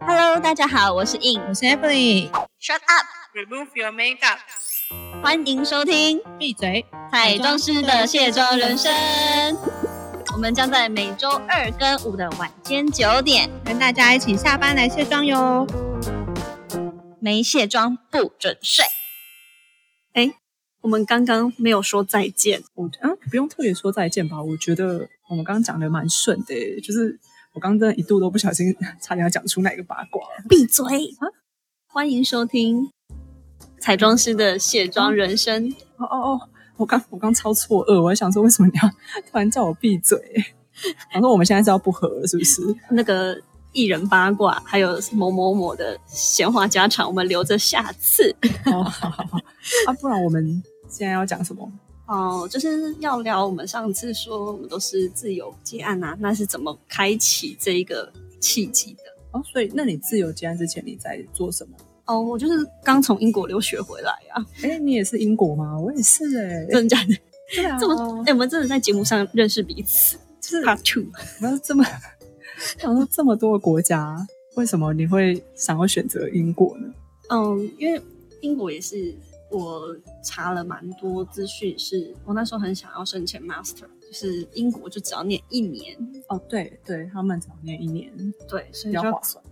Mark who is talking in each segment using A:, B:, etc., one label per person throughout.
A: Hello，大家好，我是 In，
B: 我是 Emily，
A: Shut up，
C: Remove your makeup，
A: 欢迎收听
B: 闭嘴。
A: 彩妆师的卸妆人生。我们将在每周二跟五的晚间九点，
B: 跟大家一起下班来卸妆哟。
A: 没卸妆不准睡。
D: 我们刚刚没有说再见，
E: 我啊，不用特别说再见吧。我觉得我们刚刚讲的蛮顺的耶，就是我刚刚真的一度都不小心 差点要讲出哪个八卦。
D: 闭嘴！
A: 啊欢迎收听，
D: 彩妆师的卸妆人生，
E: 哦哦哦，我刚我刚超错愕，我还想说为什么你要 突然叫我闭嘴？想说我们现在是要不和了，是不是？
D: 那个艺人八卦，还有某某某的闲话家常，我们留着下次
E: 哦，好好好啊，不然我们现在要讲什么？
D: 哦。就是要聊我们上次说我们都是自由接案啊，那是怎么开启这一个契机的？
E: 哦，所以那你自由接案之前你在做什么？
D: 哦，我就是刚从英国留学回来啊，
E: 哎，你也是英国吗？我也是哎、
D: 真的假的？
E: 对啊，
D: 这么，哎、 我们真的在节目上认识彼此
E: 就是
D: ，Part Two。
E: 不要这么， 想说这么多个国家，为什么你会想要选择英国呢？
D: 嗯，因为英国也是我查了蛮多资讯，是我那时候很想要申请 master，就是英国就只要念一年，
E: 哦，对对，他们只要念一年，
D: 对，所
E: 比
D: 以就
E: 较划算，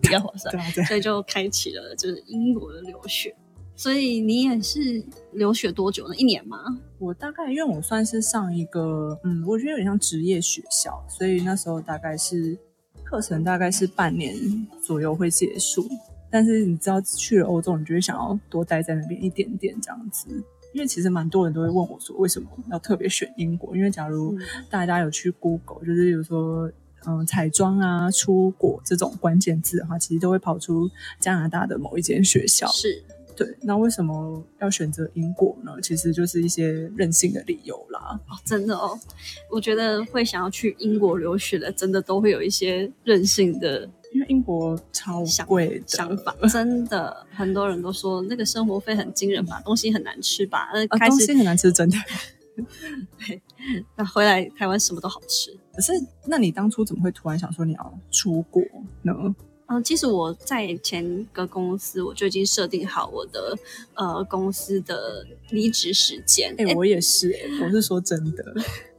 D: 比较划算，
E: 对啊对啊。
D: 所以就开启了就是英国的留学。所以你也是留学多久呢？一年吗？
E: 我大概因为我算是上一个，嗯，我觉得有点像职业学校，所以那时候大概是课程大概是半年左右会结束。但是你知道去了欧洲，你就会想要多待在那边一点点这样子。因为其实蛮多人都会问我说，为什么要特别选英国？因为假如大家有去 Google，就是有说嗯彩妆啊、出国这种关键字的话，其实都会跑出加拿大的某一间学校。
D: 是
E: 对，那为什么要选择英国呢？其实就是一些任性的理由啦。
D: 哦，真的哦。我觉得会想要去英国留学的，真的都会有一些任性的
E: 因为英国超
D: 想
E: 贵的
D: 想法， 真的很多人都说那个生活费很惊人 吧，东西很难吃吧，那
E: 啊，
D: 开
E: 东
D: 始
E: 西很难吃，真的。
D: 那回来台湾什么都好吃。
E: 可是，那你当初怎么会突然想说你要出国呢？
D: 嗯，其实我在前个公司我就已经设定好我的呃公司的离职时间。
E: 哎、我也是、哎，我是说真 的，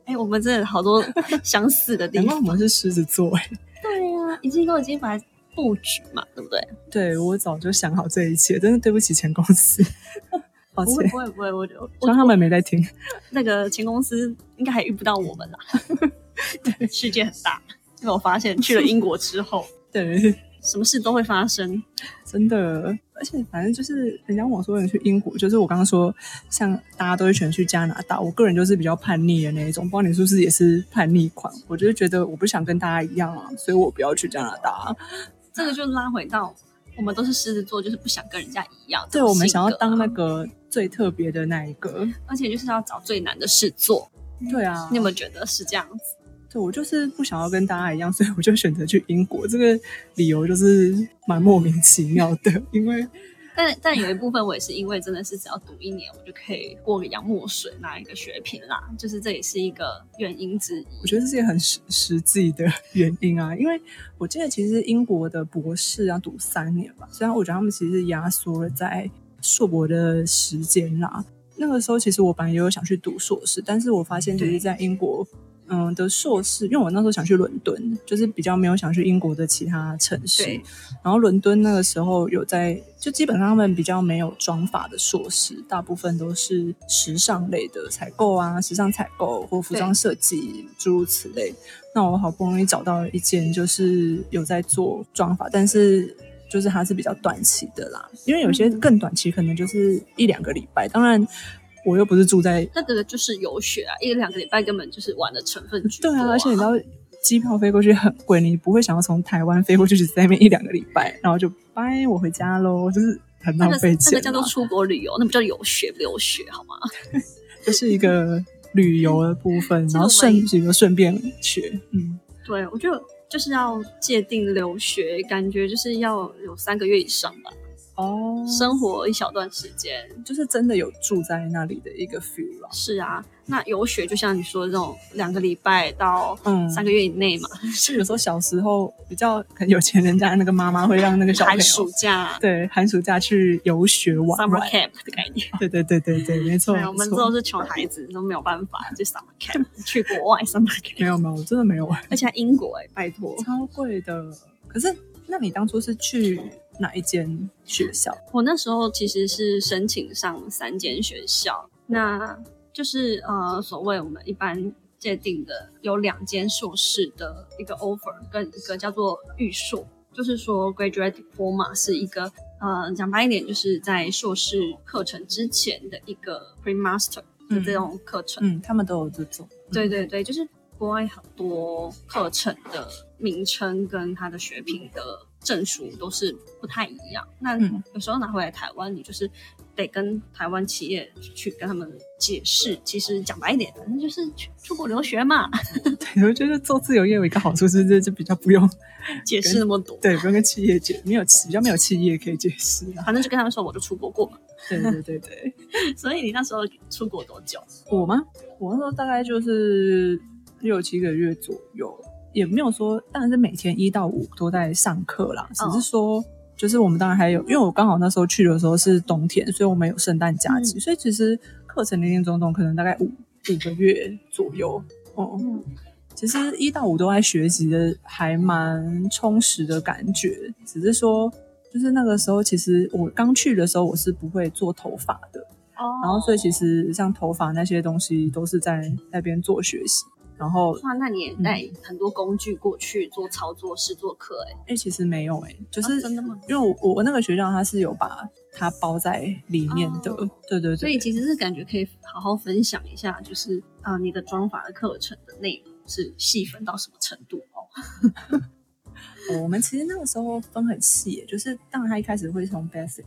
D: 哎、我们真的好多相似的地
E: 难怪
D: 方。
E: 我们是狮子座、哎，
D: 对呀、已经都已经把它布局嘛，对不 对？
E: 对我早就想好这一切，真的对不起前公司， 抱
D: 不会
E: 歉，
D: 不会不会，我就
E: 希望
D: 我
E: 他们没在听。
D: 那个前公司应该还遇不到我们 啦。对， 世界很大，因为我发现去了英国之 后，
E: 对，
D: 什么事都会发生。
E: 真的，而且反正就是人家我说人去英国，就是我刚刚说，像大家都会选去加拿大，我个人就是比较叛逆的那一种，不知道你是不是也是叛逆款？我就是觉得我不想跟大家一样啊，所以我不要去加拿大。
D: 这个就拉回到我们都是狮子座，就是不想跟人家一样。
E: 对，我们想要当那
D: 个，
E: 个最特别的那一个。
D: 而且就是要找最难的事做。
E: 对啊
D: 你，有没有觉得是这样子？
E: 对我就是不想要跟大家一样，所以我就选择去英国。这个理由就是蛮莫名其妙的，因为
D: 但但有一部分我也是因为真的是只要读一年，我就可以过个洋墨水拿一个学品啦，就是这也是一个原因之一。
E: 我觉得这是一个很实实际的原因啊， 因为我记得其实英国的博士要读三年吧，虽然我觉得他们其实压缩了在硕博的时间啦。那个时候其实我本来也有想去读硕士，但是我发现其实在英国，嗯的硕士，因为我那时候想去伦敦，就是比较没有想去英国的其他城市。
D: 对
E: 然后伦敦那个时候有在，就基本上他们比较没有妆法的硕士，大部分都是时尚类的采购啊，时尚采购或服装设计诸如此类。那我好不容易找到一间，就是有在做妆法，但是就是它是比较短期的啦，因为有些更短期可能就是一两个礼拜。当然，我又不是住在
D: 那个就是游学啊，一两个礼拜根本就是玩的成分居多、
E: 对啊，而且你知道机票飞过去很贵，你不会想要从台湾飞过去只在那边一两个礼拜，然后就拜我回家喽，就是很
D: 那
E: 浪
D: 个
E: 费
D: 那
E: 钱
D: 个
E: 啊、
D: 叫做出国旅游，那不叫游学留学好吗？
E: 就是一个旅游的部分，
D: 这个
E: 然后
D: 我
E: 顺
D: 们
E: 比如顺便学，嗯，
D: 对，我觉得就是要界定留学，感觉就是要有三个月以上吧。嗯
E: 哦，
F: 生活一小段时间。
E: 就是真的有住在那里的一个 feel 啦。
F: 是啊，那游学就像你说的这种两个礼拜到
E: 嗯，
F: 三个月以内嘛，
E: 就有时候小时候比较可能有钱人家那个妈妈会让那个小朋
F: 寒
E: 友
F: 暑假
E: 对寒暑假去游学玩
F: summer
E: 玩，
F: camp 的概念。
E: 对对对对对，没错，
F: 对，我们
E: 没
F: 之
E: 错
F: 后是穷孩子，都没有办法去 summer camp，去 国外 summer
E: 没
F: camp，
E: 有没有，我真的没有玩，
F: 而且还英国哎、拜托，
E: 超贵的。可是那你当初是去哪一间学校？
F: 我那时候其实是申请上三间学校，那就是呃，所谓我们一般界定的有两间硕士的一个 offer，跟一个叫做预硕，就是说 graduate diploma 是一个呃，讲白一点，就是在硕士课程之前的一个 pre master 的这种课程。
E: 嗯，他们都有这种，
F: 对对对，就是国外很多课程的名称跟它的学品的证书都是不太一样。那
E: 嗯
F: 有时候拿回来台湾，你就是得跟台湾企业去跟他们解释。其实讲白一点，反正就是去出国留学嘛，
E: 对，我觉得做自由业有一个好处是，这就比较不用
F: 解释那么多。
E: 对，不用跟企业解，没有企比较没有企业可以解释啊。
F: 反正就跟他们说，我就出国过嘛。
E: 对对对对，
F: 所以你那时候出国多久？
E: 我吗？我那时候大概就是六七个月左右，也没有说，当然是每天一到五都在上课啦，只
F: 哦
E: 是说。就是我们当然还有，因为我刚好那时候去的时候是冬天，所以我们有圣诞假
F: 嗯
E: 期，所以其实课程零零总总可能大概五五个月左右。哦、
F: 嗯
E: 其实一到五都在学习的，还蛮充实的感觉。只是说，就是那个时候，其实我刚去的时候我是不会做头发的，
F: 哦
E: 然后所以其实像头发那些东西都是在那边做学习。然后，
F: 哇，那你也带
E: 嗯
F: 很多工具过去做操作、试做课、欸，哎，
E: 哎、其实没有哎、就是、
F: 啊真的吗？
E: 因为我我那个学校它是有把它包在里面的，
F: 哦
E: 对对对。
F: 所以其实是感觉可以好好分享一下，就是啊、呃你的妆法的课程的内容是细分到什么程度哦？
E: 哦我们其实那个时候分很细耶，就是当然他一开始会从 basic，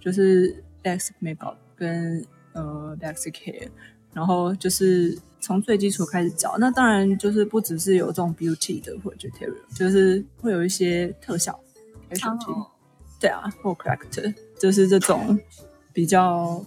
E: 就是 basic makeup 跟呃 basic hair，然后就是从最基础开始教。那当然就是不只是有这种 beauty 的或者 t e r i a l 就是会有一些特效
F: 哦
E: casualty，对啊，或 character，就是这种比较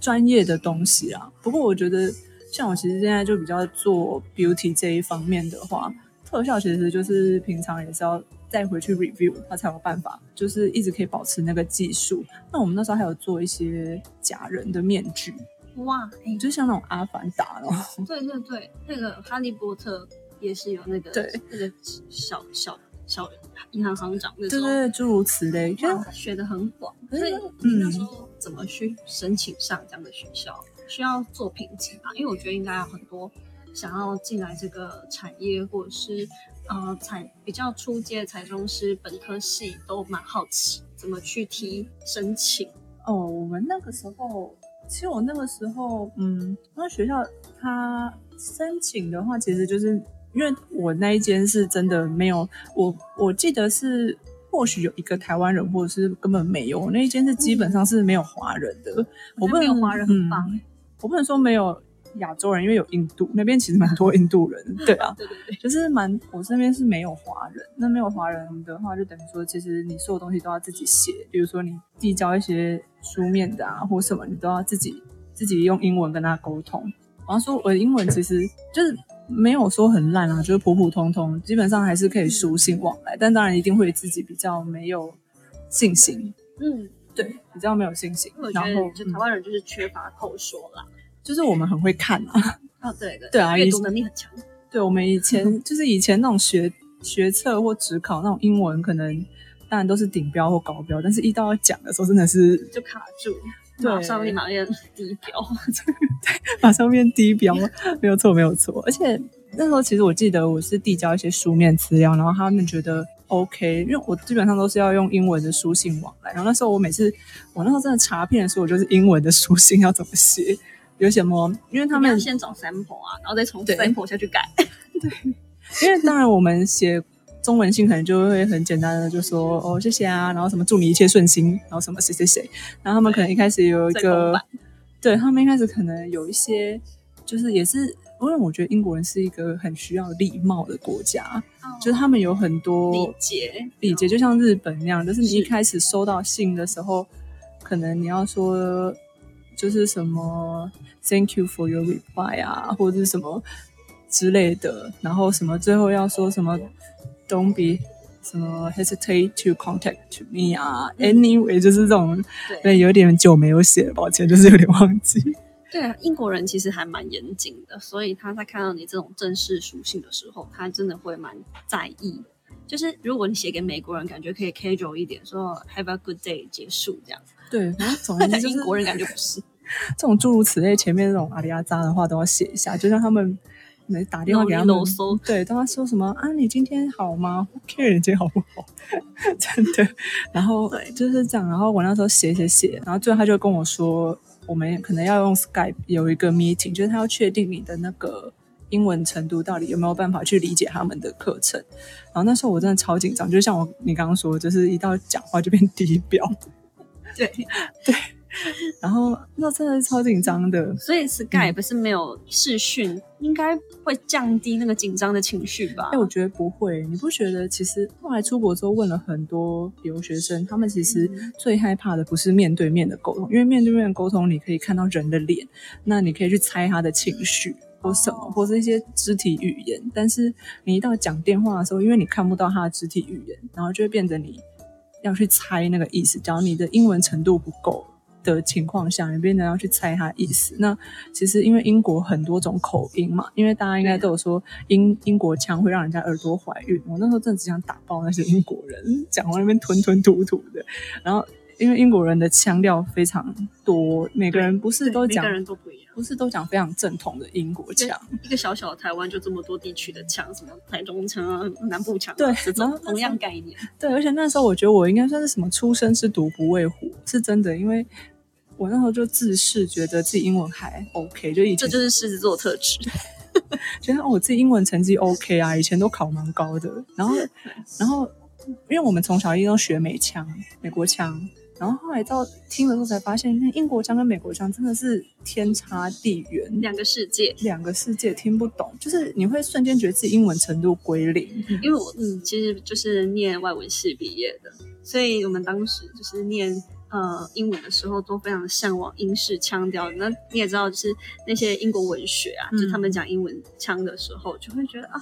E: 专业的东西啊。不过我觉得，像我其实现在就比较做 beauty 这一方面的话，特效其实就是平常也是要再回去 review，它才有办法，就是一直可以保持那个技术。那我们那时候还有做一些假人的面具，
F: 哇，哎、
E: 就像那种阿凡达哦，
F: 对对对，那个哈利波特也是有那个
E: 对
F: 那个小小小银行行长那
E: 对
F: 种，
E: 对，诸如此类。就
F: 哇学的很广。
E: 嗯
F: 所以你那时候怎么去申请上这样的学校？需要做评级吧？因为我觉得应该有很多想要进来这个产业，或者是呃采比较初阶财中师本科系都蛮好奇怎么去提申请。
E: 哦，我们那个时候，其实我那个时候，嗯，那学校它申请的话，其实就是因为我那一间是真的没有，我我记得是或许有一个台湾人，或者是根本没有，我那一间是基本
F: 嗯
E: 上是没有华人的，我不能
F: 那没有华人很棒
E: 嗯我不能说没有亚洲人，因为有印度那边其实蛮多印度人，对啊，
F: 对对对，
E: 就是蛮，我身边是没有华人，那没有华人的话，就等于说，其实你所有东西都要自己写，比如说你递交一些书面的啊，或什么，你都要自己自己用英文跟他沟通。然后说我的英文其实就是没有说很烂啊，就是普普通通，基本上还是可以书信往来，但当然一定会自己比较没有信心，
F: 嗯，
E: 对，比较没有信心
F: 因为我。觉
E: 然后
F: 得就台湾人就是缺乏口说啦。
E: 嗯就是我们很会看啊，
F: 啊，对的，
E: 对啊
F: 阅
E: 也
F: 读
E: 是
F: 能力很强。
E: 对，我们以前就是以前那种学学测或职考那种英文，可能当然都是顶标或高标，但是一到要讲的时候，真的是
F: 就卡住，啊
E: 对
F: 马上立马变低标。
E: 马上变低标，没有错，没有错。而且那时候其实我记得我是递交一些书面资料，然后他们觉得 OK，因为我基本上都是要用英文的书信往来。然后那时候我每次我那时候真的查遍的时候，我就是英文的书信要怎么写，有什么，因为他
F: 你要
E: 们
F: 先找 sample 啊，然后再从
E: 对
F: sample 下去改。
E: 因为当然我们写中文信可能就会很简单的就说哦谢谢啊，然后什么祝你一切顺心，然后什么谁谁谁，然后他们可能一开始有一
F: 最空
E: 个
F: 白，
E: 对他们一开始可能有一些就是也是因为我觉得英国人是一个很需要礼貌的国家，就是
F: 他
E: 他们有很多
F: 理解
E: 礼节，就像日本那样，就是你一
F: 是
E: 开始收到信的时候，可能你要说就是什么 “Thank you for your reply” 啊，或者是什么之类的，然后什么最后要说什么 “Don't be”。什么 hesitate to contact to me 啊？Anyway，就是这种，
F: 对
E: 对，有点久没有写了，抱歉，就是有点忘记。
F: 对啊，英国人其实还蛮严谨的，所以他在看到你这种正式属性的时候，他真的会蛮在意。就是如果你写给美国人，感觉可以 casual 一点，说 Have a good day 结束这样。
E: 对，然后总而
F: 但
E: 言之，
F: 英国人感觉不 是，
E: 这种诸如此类前面这种阿里阿扎的话都要写一下，就像他们没打电话给他们
F: 啰里啰嗦，
E: 对，当他说什么啊，你今天好吗？Who care 你今天好不好？ 真的，然后
F: 对
E: 就是这样，然后我那时候写写写，然后最后他就跟我说，我们可能要用 Skype 有一个 meeting，就是他要确定你的那个。英文程度到底有没有办法去理解他们的课程？然后那时候我真的超紧张，就像我你刚刚说，就是一到讲话就变低标，
F: 对，
E: 然后那真的是超紧张的。
F: 所以 Skype 是没有视讯，应该会降低那个紧张的情绪吧？
E: 哎、我觉得不会，你不觉得？其实后来出国之后，问了很多留学生，他们其实最害怕的不是面对面的沟通，因为面对面的沟通，你可以看到人的脸，那你可以去猜他的情绪或什么，或是一些肢体语言。但是你一到讲电话的时候，因为你看不到他的肢体语言，然后就会变成你要去猜那个意思。只要你的英文程度不够。的情况下，你变成要去猜他意思。那其实因为英国很多种口音嘛，因为大家应该都有说英英国腔会让人家耳朵怀孕。我那时候真的只想打爆那些英国人， 讲话那边吞吞吐吐的。然后因为英国人的腔调非常多，每个人不是
F: 对
E: 都
F: 每
E: 讲
F: 个人都不一样，
E: 不是都讲非常正统的英国腔，
F: 一个小小的台湾就这么多地区的腔，什么台中腔啊、南部腔啊、
E: 对
F: 这
E: 然
F: 种
E: 后那时候
F: 同样概念。
E: 对，而且那时候我觉得我应该算是什么初生之犊不畏虎，是真的，因为我那时候就自视觉得自己英文还 OK，就以
F: 这
E: 前
F: 就是狮子座特质，
E: 觉得哦我自己英文成绩 OK 啊，以前都考蛮高的，然 后然后因为我们从小一直都学美腔、美国腔，然后后来到听的时候才发现，那英国腔跟美国腔真的是天差地远，
F: 两个世界。
E: 两个世界听不懂，就是你会瞬间觉得自己英文程度归零，
F: 因为我嗯，其实就是念外文系毕业的，所以我们当时就是念呃英文的时候，都非常向往英式腔调。那你也知道，就是那些英国文学啊，
E: 嗯
F: 就他们讲英文腔的时候，就会觉得啊，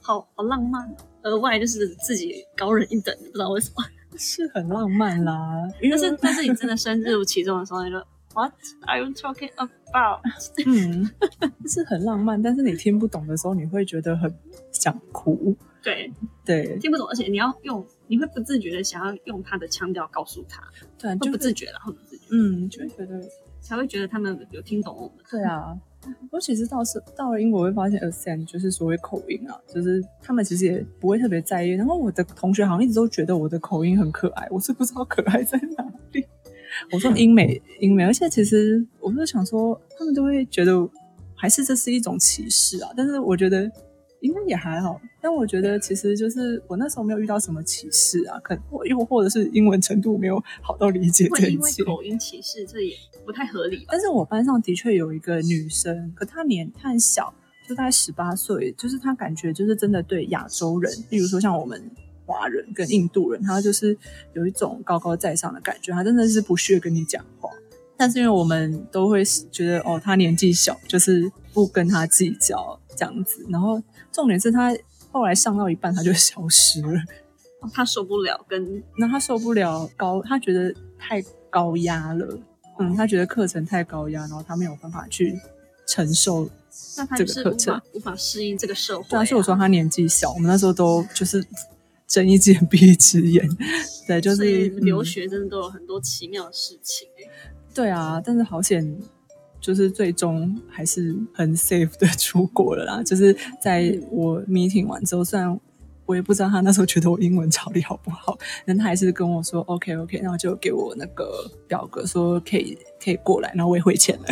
F: 好好浪漫。额外就是自己高人一等，不知道为什么。
E: 是很浪漫啦。因为
F: 但是但是你真的深入其中的时候，你就 What are you talking about？
E: 嗯，是很浪漫，但是你听不懂的时候，你会觉得很想哭。
F: 对，
E: 对，
F: 听不懂，而且你要用，你会不自觉的想要用他的腔调告诉他，
E: 对啊，
F: 会
E: 就
F: 不
E: 自
F: 自觉啦，会不自觉。
E: 嗯，就会觉得
F: 才会觉得他们有听懂我们。
E: 对啊。我其实到是到了英国会发现 accent 就是所谓口音啊，就是他们其实也不会特别在意。然后我的同学好像一直都觉得我的口音很可爱，我是不知道可爱在哪里。我说英美英美，而且其实我不是想说，他们都会觉得还是这是一种歧视啊。但是我觉得应该也还好。但我觉得其实就是我那时候没有遇到什么歧视啊，可或又或者是英文程度没有好到理解
F: 会
E: 这一
F: 因为
E: 切。
F: 口音歧视，这也不太合理吧？
E: 但是我班上的确有一个女生，可她年她很小，就大概十八岁，就是她感觉就是真的对亚洲人，例如说像我们华人跟印度人，她就是有一种高高在上的感觉，她真的是不屑跟你讲话。但是因为我们都会觉得哦，她年纪小，就是不跟她计较这样子。然后重点是她后来上到一半，她就消失了。
F: 哦他受不了跟
E: 那他受不了高，他觉得太高压了，
F: 哦
E: 嗯，他觉得课程太高压，然后他没有办法去承
F: 啊
E: 受。
F: 那他
E: 这
F: 就
E: 个
F: 是
E: 课
F: 无
E: 程
F: 法无法适应这个社会、
E: 对
F: 啊。
E: 啊，所以我说他年纪小，我们那时候都就是睁一只眼闭一只眼， 对，就
F: 所以
E: 是
F: 留、
E: 嗯
F: 学真的都有很多奇妙的事情、 欸
E: 对啊，但是好险。就是最终还是很 safe 的出国了啦。就是在我 meeting 完之后，虽然我也不知道他那时候觉得我英文到底好不好，但他还是跟我说 OK OK，然后就给我那个表格说可以可以过来，然后我也汇钱了。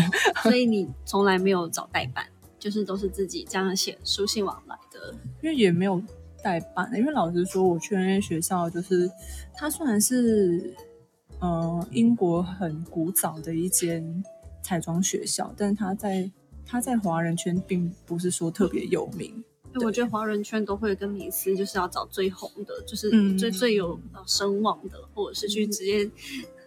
F: 所以你从来没有找代办，就是都是自己这样写书信往来的。
E: 因为也没有代办。因为老实说，我去那些学校，就是它虽然是呃英国很古早的一间彩妆学校，但它在它在华人圈并不是说特别有名。
F: 对，我觉得华人圈都会有一个迷思，就是要找最红的，就是
E: 嗯
F: 最、最有呃声望的，或者是去直接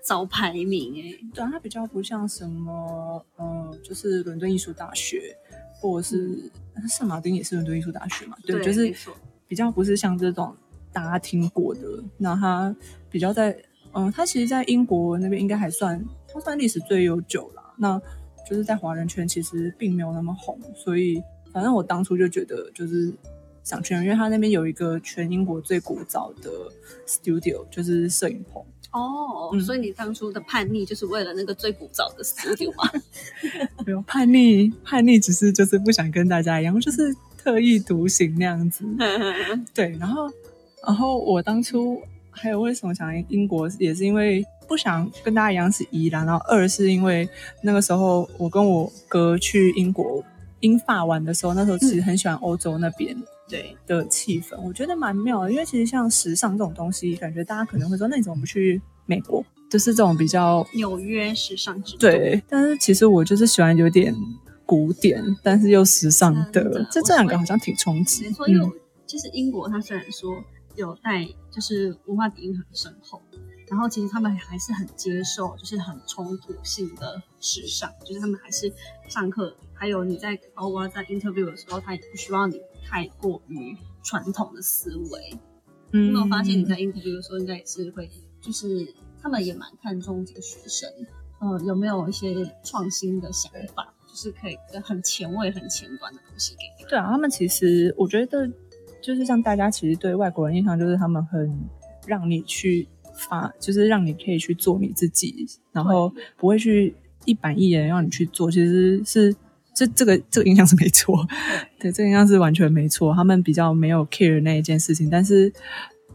F: 找排名、欸。
E: 对啊，它比较不像什么呃，就是伦敦艺术大学，或者是呃圣马丁也是伦敦艺术大学嘛，对，
F: 嗯对
E: 就是
F: 没错
E: 比较不是像这种大家听过的。那它比较在嗯、它其实，在英国那边应该还算，它算历史最悠久啦。那就是在华人圈其实并没有那么红，所以反正我当初就觉得就是想去，因为它那边有一个全英国最古早的 studio，就是摄影棚。
F: 哦，
E: 嗯
F: 所以你当初的叛逆就是为了那个最古早的 studio 嘛？
E: 没有叛逆，叛逆只是就是不想跟大家一样，就是特立独行那样
F: 嗯
E: 子。对，然后，然后我当初还有为什么想英国，也是因为不想跟大家一样是宜兰，然后二是因为那个时候我跟我哥去英国英法玩的时候，那时候其实很喜欢欧洲那边。
F: 对，
E: 的气氛，我觉得蛮妙的。因为其实像时尚这种东西，感觉大家可能会说，那你怎么不去美国？就是这种比较
F: 纽约时尚之都，
E: 对，但是其实我就是喜欢有点古典，但是又时尚
F: 真
E: 的
F: 的，
E: 这
F: 我
E: 这两个
F: 会
E: 好像挺冲击
F: 没。错，因
E: 嗯，
F: 为我其实英国它虽然说有带就是文化底蕴很深厚，然后其实他们还是很接受就是很冲突性的时尚，就是他们还是上课，还有你在包括在 interview 的时候，他也不希望你太过于传统的思维。
E: 嗯
F: 因为我发现你在 interview 的时候，应该也是会，就是他们也蛮看重这个学生，呃，有没有一些创新的想法，就是可以很前卫、很前端的东西给你。
E: 对啊，他们其实我觉得就是像大家其实对外国人印象就是他们很让你去发，就是让你可以去做你自己，然后不会去一板一眼让你去做，其实是。这这个这个印象是没错， 对，这个印象是完全没错。他们比较没有 care 那一件事情，但是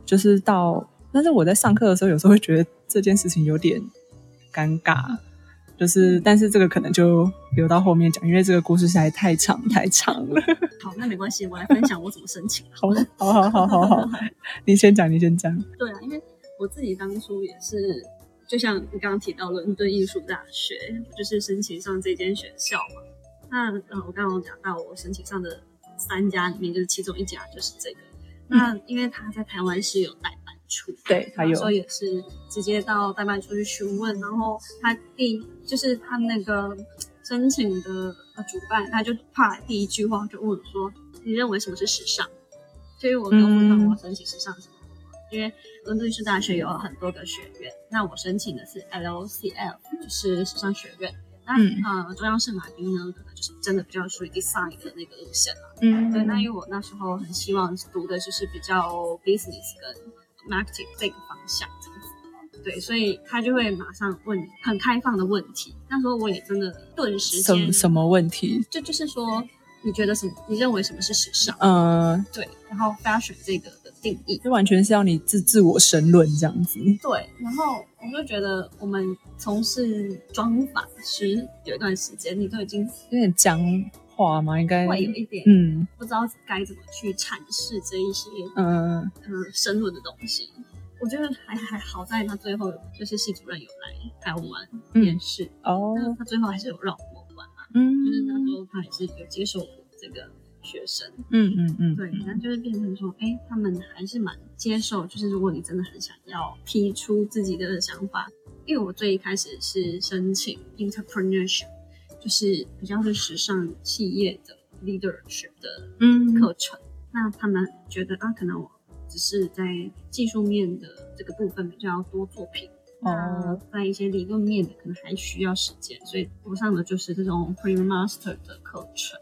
E: 就是到，但是我在上课的时候，有时候会觉得这件事情有点尴尬，就是但是这个可能就留到后面讲，因为这个故事实在太长太长了。
F: 好，那没关系，我来分享我怎么申 请。
E: 好，好，哦好，好，好，好，你先讲，你先讲。
F: 对啊，因为我自己当初也是，就像你刚刚提到伦敦艺术大学，就是申请上这间学校嘛。那呃，我刚刚有讲到我申请上的三家里面，就是其中一家就是这个。那因为他在台湾是有代办处，
E: 对还有
F: 所以也是直接到代办处去询问，然后他第就是他那个申请的呃主办，他就怕第一句话就问我说：“你认为什么是时尚？”所以我跟我
E: 嗯
F: 问我申请时尚什么，因为伦敦艺术大学有很多个学院，那我申请的是 LOCL，就是时尚学院。那、
E: 嗯
F: 呃，中央圣马丁呢，可能就是真的比较属于 design 的那个路线了。
E: 嗯
F: 对，那因为我那时候很希望读的就是比较 business 跟 marketing 这个方向这样子，对，所以他就会马上问你很开放的问题。那时候我也真的顿时
E: 什
F: 间
E: 么什么问题？
F: 就就是说，你觉得什么？你认为什么是时尚？
E: 呃，
F: 对，然后 fashion 这个的定义。
E: 就完全是要你自自我申论这样子。
F: 对，然后我就觉得我们从事妆发师有一段时间，你都已经
E: 有点僵化吗？应该，
F: 会有一点
E: 嗯
F: 不知道该怎么去阐释这一些
E: 嗯、
F: 呃深入的东西。我觉得还还好在他最后就是系主任有来台湾
E: 嗯
F: 面试，那
E: 哦，
F: 他最后还是有让我们玩嘛，就是那时
E: 嗯
F: 候他也是有接受这个学生，
E: 嗯嗯嗯，
F: 对，那就是变成说，哎、他们还是蛮接受，就是如果你真的很想要提出自己的想法，因为我最一开始是申请 entrepreneurship，就是比较是时尚企业的 leadership 的
E: 嗯
F: 课程，那他们觉得啊，可能我只是在技术面的这个部分比较多作品。那
E: 哦，
F: 在一些理论面的可能还需要时间，所以我上的就是这种 pre master 的课程。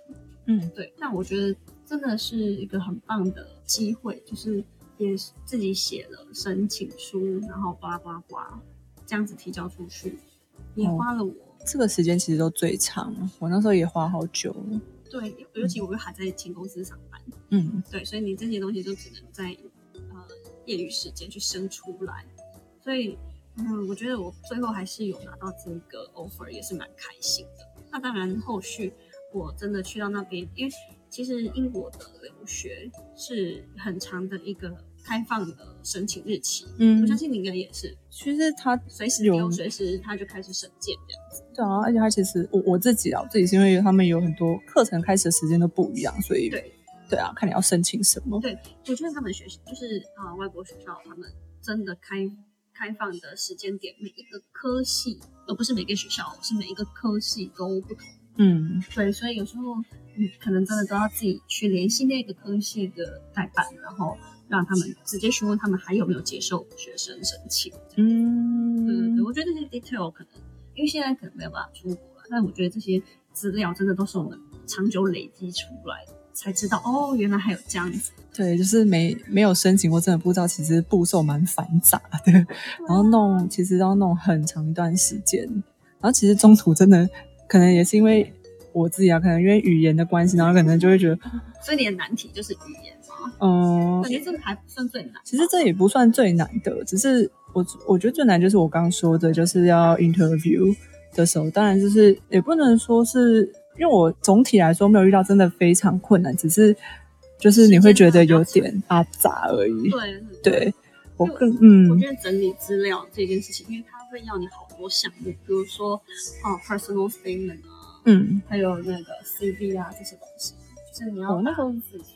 E: 嗯
F: 对，但我觉得真的是一个很棒的机会，就是也自己写了申请书，然后叭叭叭这样子提交出去，也
E: 哦
F: 花了我、
E: 这个时间其实都最长，我那时候也花好久了。
F: 对，尤其我又还在前公司上班，
E: 嗯，
F: 对，所以你这些东西都只能在呃业余时间去生出来，所以嗯，我觉得我最后还是有拿到这个 offer，也是蛮开心的。那当然，后续我真的去到那边，因为其实英国的留学是很长的一个开放的申请日期。我
E: 嗯
F: 相，信你应该也是，
E: 其实它
F: 随时
E: 有
F: 丢，随时他就开始审件这样。
E: 对啊，而且它其实我我自己啊，我自己是因为他们有很多课程开始的时间都不一样，所以
F: 对
E: 对啊，看你要申请什么。
F: 对我觉得他们学校就是啊、呃外国学校，他们真的开开放的时间点，每一个科系，而不是每个学校，哦是每一个科系都不同。
E: 嗯，
F: 对，所以有时候你可能真的都要自己去联系那个科系的代办，然后让他们直接询问他们还有没有接受学生申请。对对嗯对，
E: 嗯，
F: 我觉得这些 detail 可能，因为现在可能没有办法出国了，但我觉得这些资料真的都是我们长久累积出来的，才知道哦，原来还有这样子。
E: 对，就是没没有申请，我真的不知道，其实步骤蛮繁杂的，然
F: 啊
E: 后弄其实要弄很长一段时间，然后其实中途真的可能也是因为我自己啊，可能因为语言的关系，然后可能就会觉得，
F: 所以你的难题就是语言嘛，
E: 嗯、
F: 我觉得这个还不算最难吧。
E: 其实这也不算最难的，只是我我觉得最难就是我刚刚说的，就是要 interview 的时候，当然就是也不能说是因为我总体来说没有遇到真的非常困难，只是就是你会觉得有点阿杂而已。
F: 对
E: 对，我
F: 因为
E: 更
F: 我
E: 嗯
F: 觉得整理资料这件事情，因为它会要你好多项目，比如说啊、personal statement 啊，
E: 嗯，
F: 还有那个 CV 啊这些东西，就是你要
E: 哦我那时候
F: 自己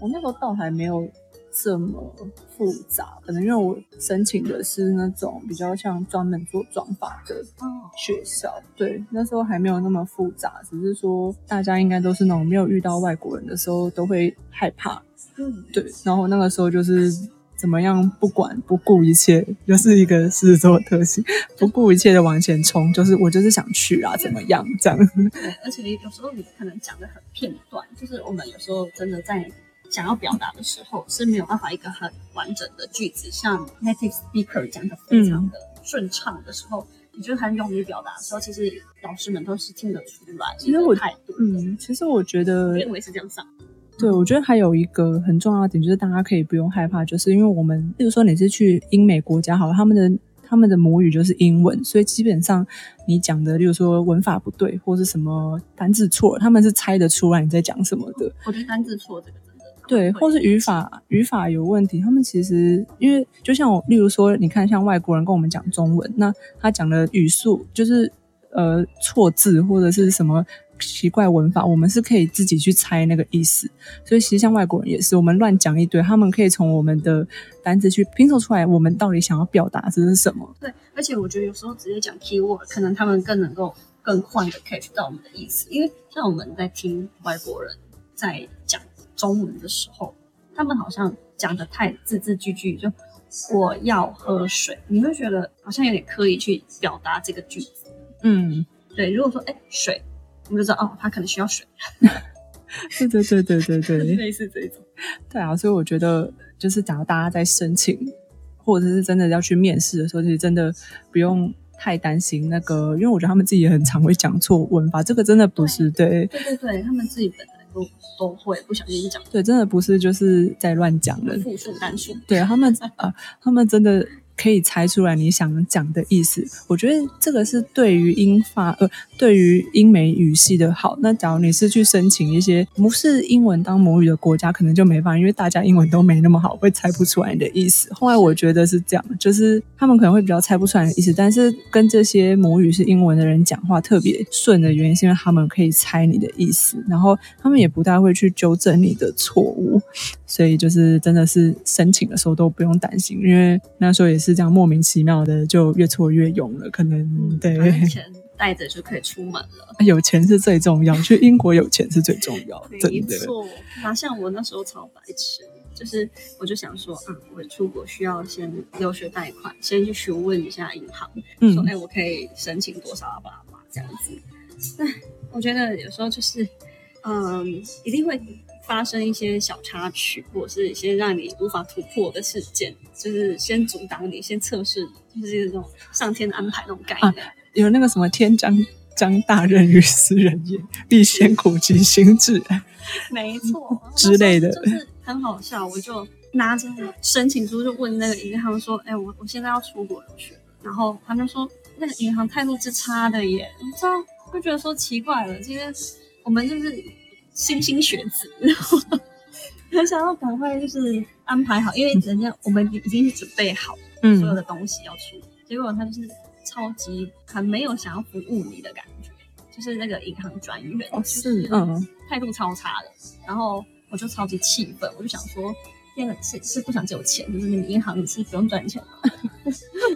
E: 我那时候倒还没有这么复杂，可能因为我申请的是那种比较像专门做妆发的
F: 哦，
E: 学校，对，那时候还没有那么复杂，只是说大家应该都是那种没有遇到外国人的时候都会害怕，
F: 嗯，
E: 对。然后那个时候就是怎么样，不管不顾一切，就是一个狮子座的特性，不顾一切的往前冲，就是我就是想去啊，怎么样这样？
F: 对，而且有时候你可能讲的很片段，就是我们有时候真的在想要表达的时候是没有办法一个很完整的句子，像 native speaker 讲的非常的
E: 嗯
F: 顺畅的时候，你就很勇于表达的时候，其实老师们都是听得出来
E: 其实我
F: 你的态度，
E: 嗯，其实我觉得
F: 因为我也是这样上，
E: 对，我觉得还有一个很重要的点就是，大家可以不用害怕，就是因为我们，例如说你是去英美国家好了，他们的他们的母语就是英文，所以基本上你讲的，例如说文法不对或是什么单字错，他们是猜得出来你在讲什么的。
F: 我觉得单字错这个真的
E: 对，或是语法语法有问题，他们其实因为就像我，例如说，你看像外国人跟我们讲中文，那他讲的语速就是呃错字或者是什么奇怪文法，我们是可以自己去猜那个意思。所以其实像外国人也是，我们乱讲一堆，他们可以从我们的单字去拼凑出来我们到底想要表达这是什么。
F: 对，而且我觉得有时候直接讲 keyword，可能他们更能够更快的 catch 到我们的意思，因为像我们在听外国人在讲中文的时候，他们好像讲的太字字句句，就我要喝水，你会觉得好像有点刻意去表达这个句子。
E: 嗯，
F: 对，如果说哎水，我们就知道哦，他可能需要水，
E: 对对对对对对。
F: 类似这种。
E: 对啊，所以我觉得就是，假如大家在申请或者是真的要去面试的时候，其实真的不用太担心那个，因为我觉得他们自己也很常会讲错文法，这个真的不是对
F: 对对对，他们自己本来都都会不小心讲
E: 对，真的不是就是在乱讲的。
F: 复数单数。
E: 对他们呃，他们真的可以猜出来你想讲的意思。我觉得这个是对于英法呃，对于英美语系的好。那假如你是去申请一些不是英文当母语的国家，可能就没办法，因为大家英文都没那么好，会猜不出来你的意思。后来我觉得是这样，就是他们可能会比较猜不出来你的意思，但是跟这些母语是英文的人讲话特别顺的原因，是因为他们可以猜你的意思，然后他们也不大会去纠正你的错误。所以就是真的是申请的时候都不用担心，因为那时候也是这样莫名其妙的就越挫越勇了。可能、对，
F: 反正钱带着就可以出门了。
E: 有钱是最重要，去英国有钱是最重 要，真
F: 没
E: 的。
F: 错，哪像我那时候超白痴，就是我就想说，嗯，我出国需要先留学贷款，先去询问一下银行，说，
E: 嗯
F: 哎、，我可以申请多少啊，爸爸这样子。哎，我觉得有时候就是，嗯，一定会发生一些小插曲，或者是一些让你无法突破的事件，就是先阻挡你，先测试你，就是这种上天的安排那种概念。
E: 有那个什么天将将大任于斯人也，必先苦其心 志。
F: 没错
E: 之类的
F: 就是很好笑。我就拿着申请书就问那个银行说：“哎、我我现在要出国留学。”然后他们就说那个银行态度之差的耶，你知道就
E: 哦
F: 觉得说奇怪了，今天我们就是新兴学子，很想要赶快就是安排好，因为人家我们已经是准备好所有
E: 嗯，
F: 的东西要出，结果他就是超级很没有想要服务你的感觉，就是那个银行专员，
E: 哦
F: 就是
E: 是，嗯，
F: 态度超差的，然后我就超级气愤，我就想说，天哪，是是不想借我钱，就是你们银行你是不用赚钱吗？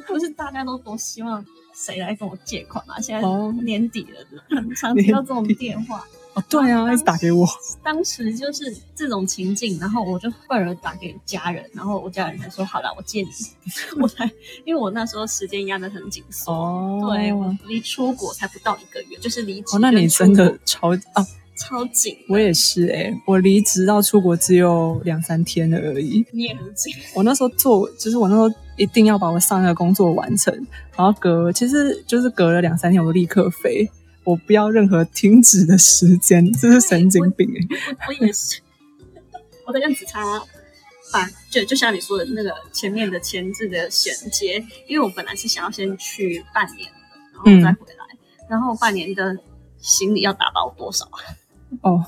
F: 不是大家都多希望谁来跟我借款嘛？现在
E: 哦
F: 年底了，常接到这种电话，
E: 哦，对 啊，一直打给我，
F: 当时就是这种情境，然后我就愤而打给家人，然后我家人才说好了，我借你， 我才因为我那时候时间压得很紧缩，
E: 哦，
F: 对我离出国才不到一个月，就是离职
E: 哦，那
F: 跟
E: 你
F: 出
E: 真的
F: 国
E: 超啊！
F: 超紧，
E: 我也是哎、我离职到出国只有两三天了而已。
F: 你也很紧，
E: 我那时候做，就是我那时候一定要把我上一个工作完成，然后隔其实就是隔了两三天，我就立刻飞，我不要任何停止的时间，这是神经病哎、
F: 我我也是，我的样子差。把就就像你说的那个前面的前置的衔接，因为我本来是想要先去半年的，然后再回来，然后半年的行李要打包多少啊？
E: 哦，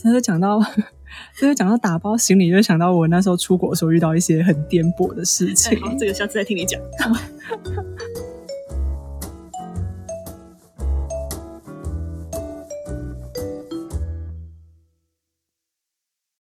E: 真的讲到， 真的讲到打包行李，就想到我那时候出国的时候遇到一些很颠簸的事情
F: 对，。好，这个下次再听你讲。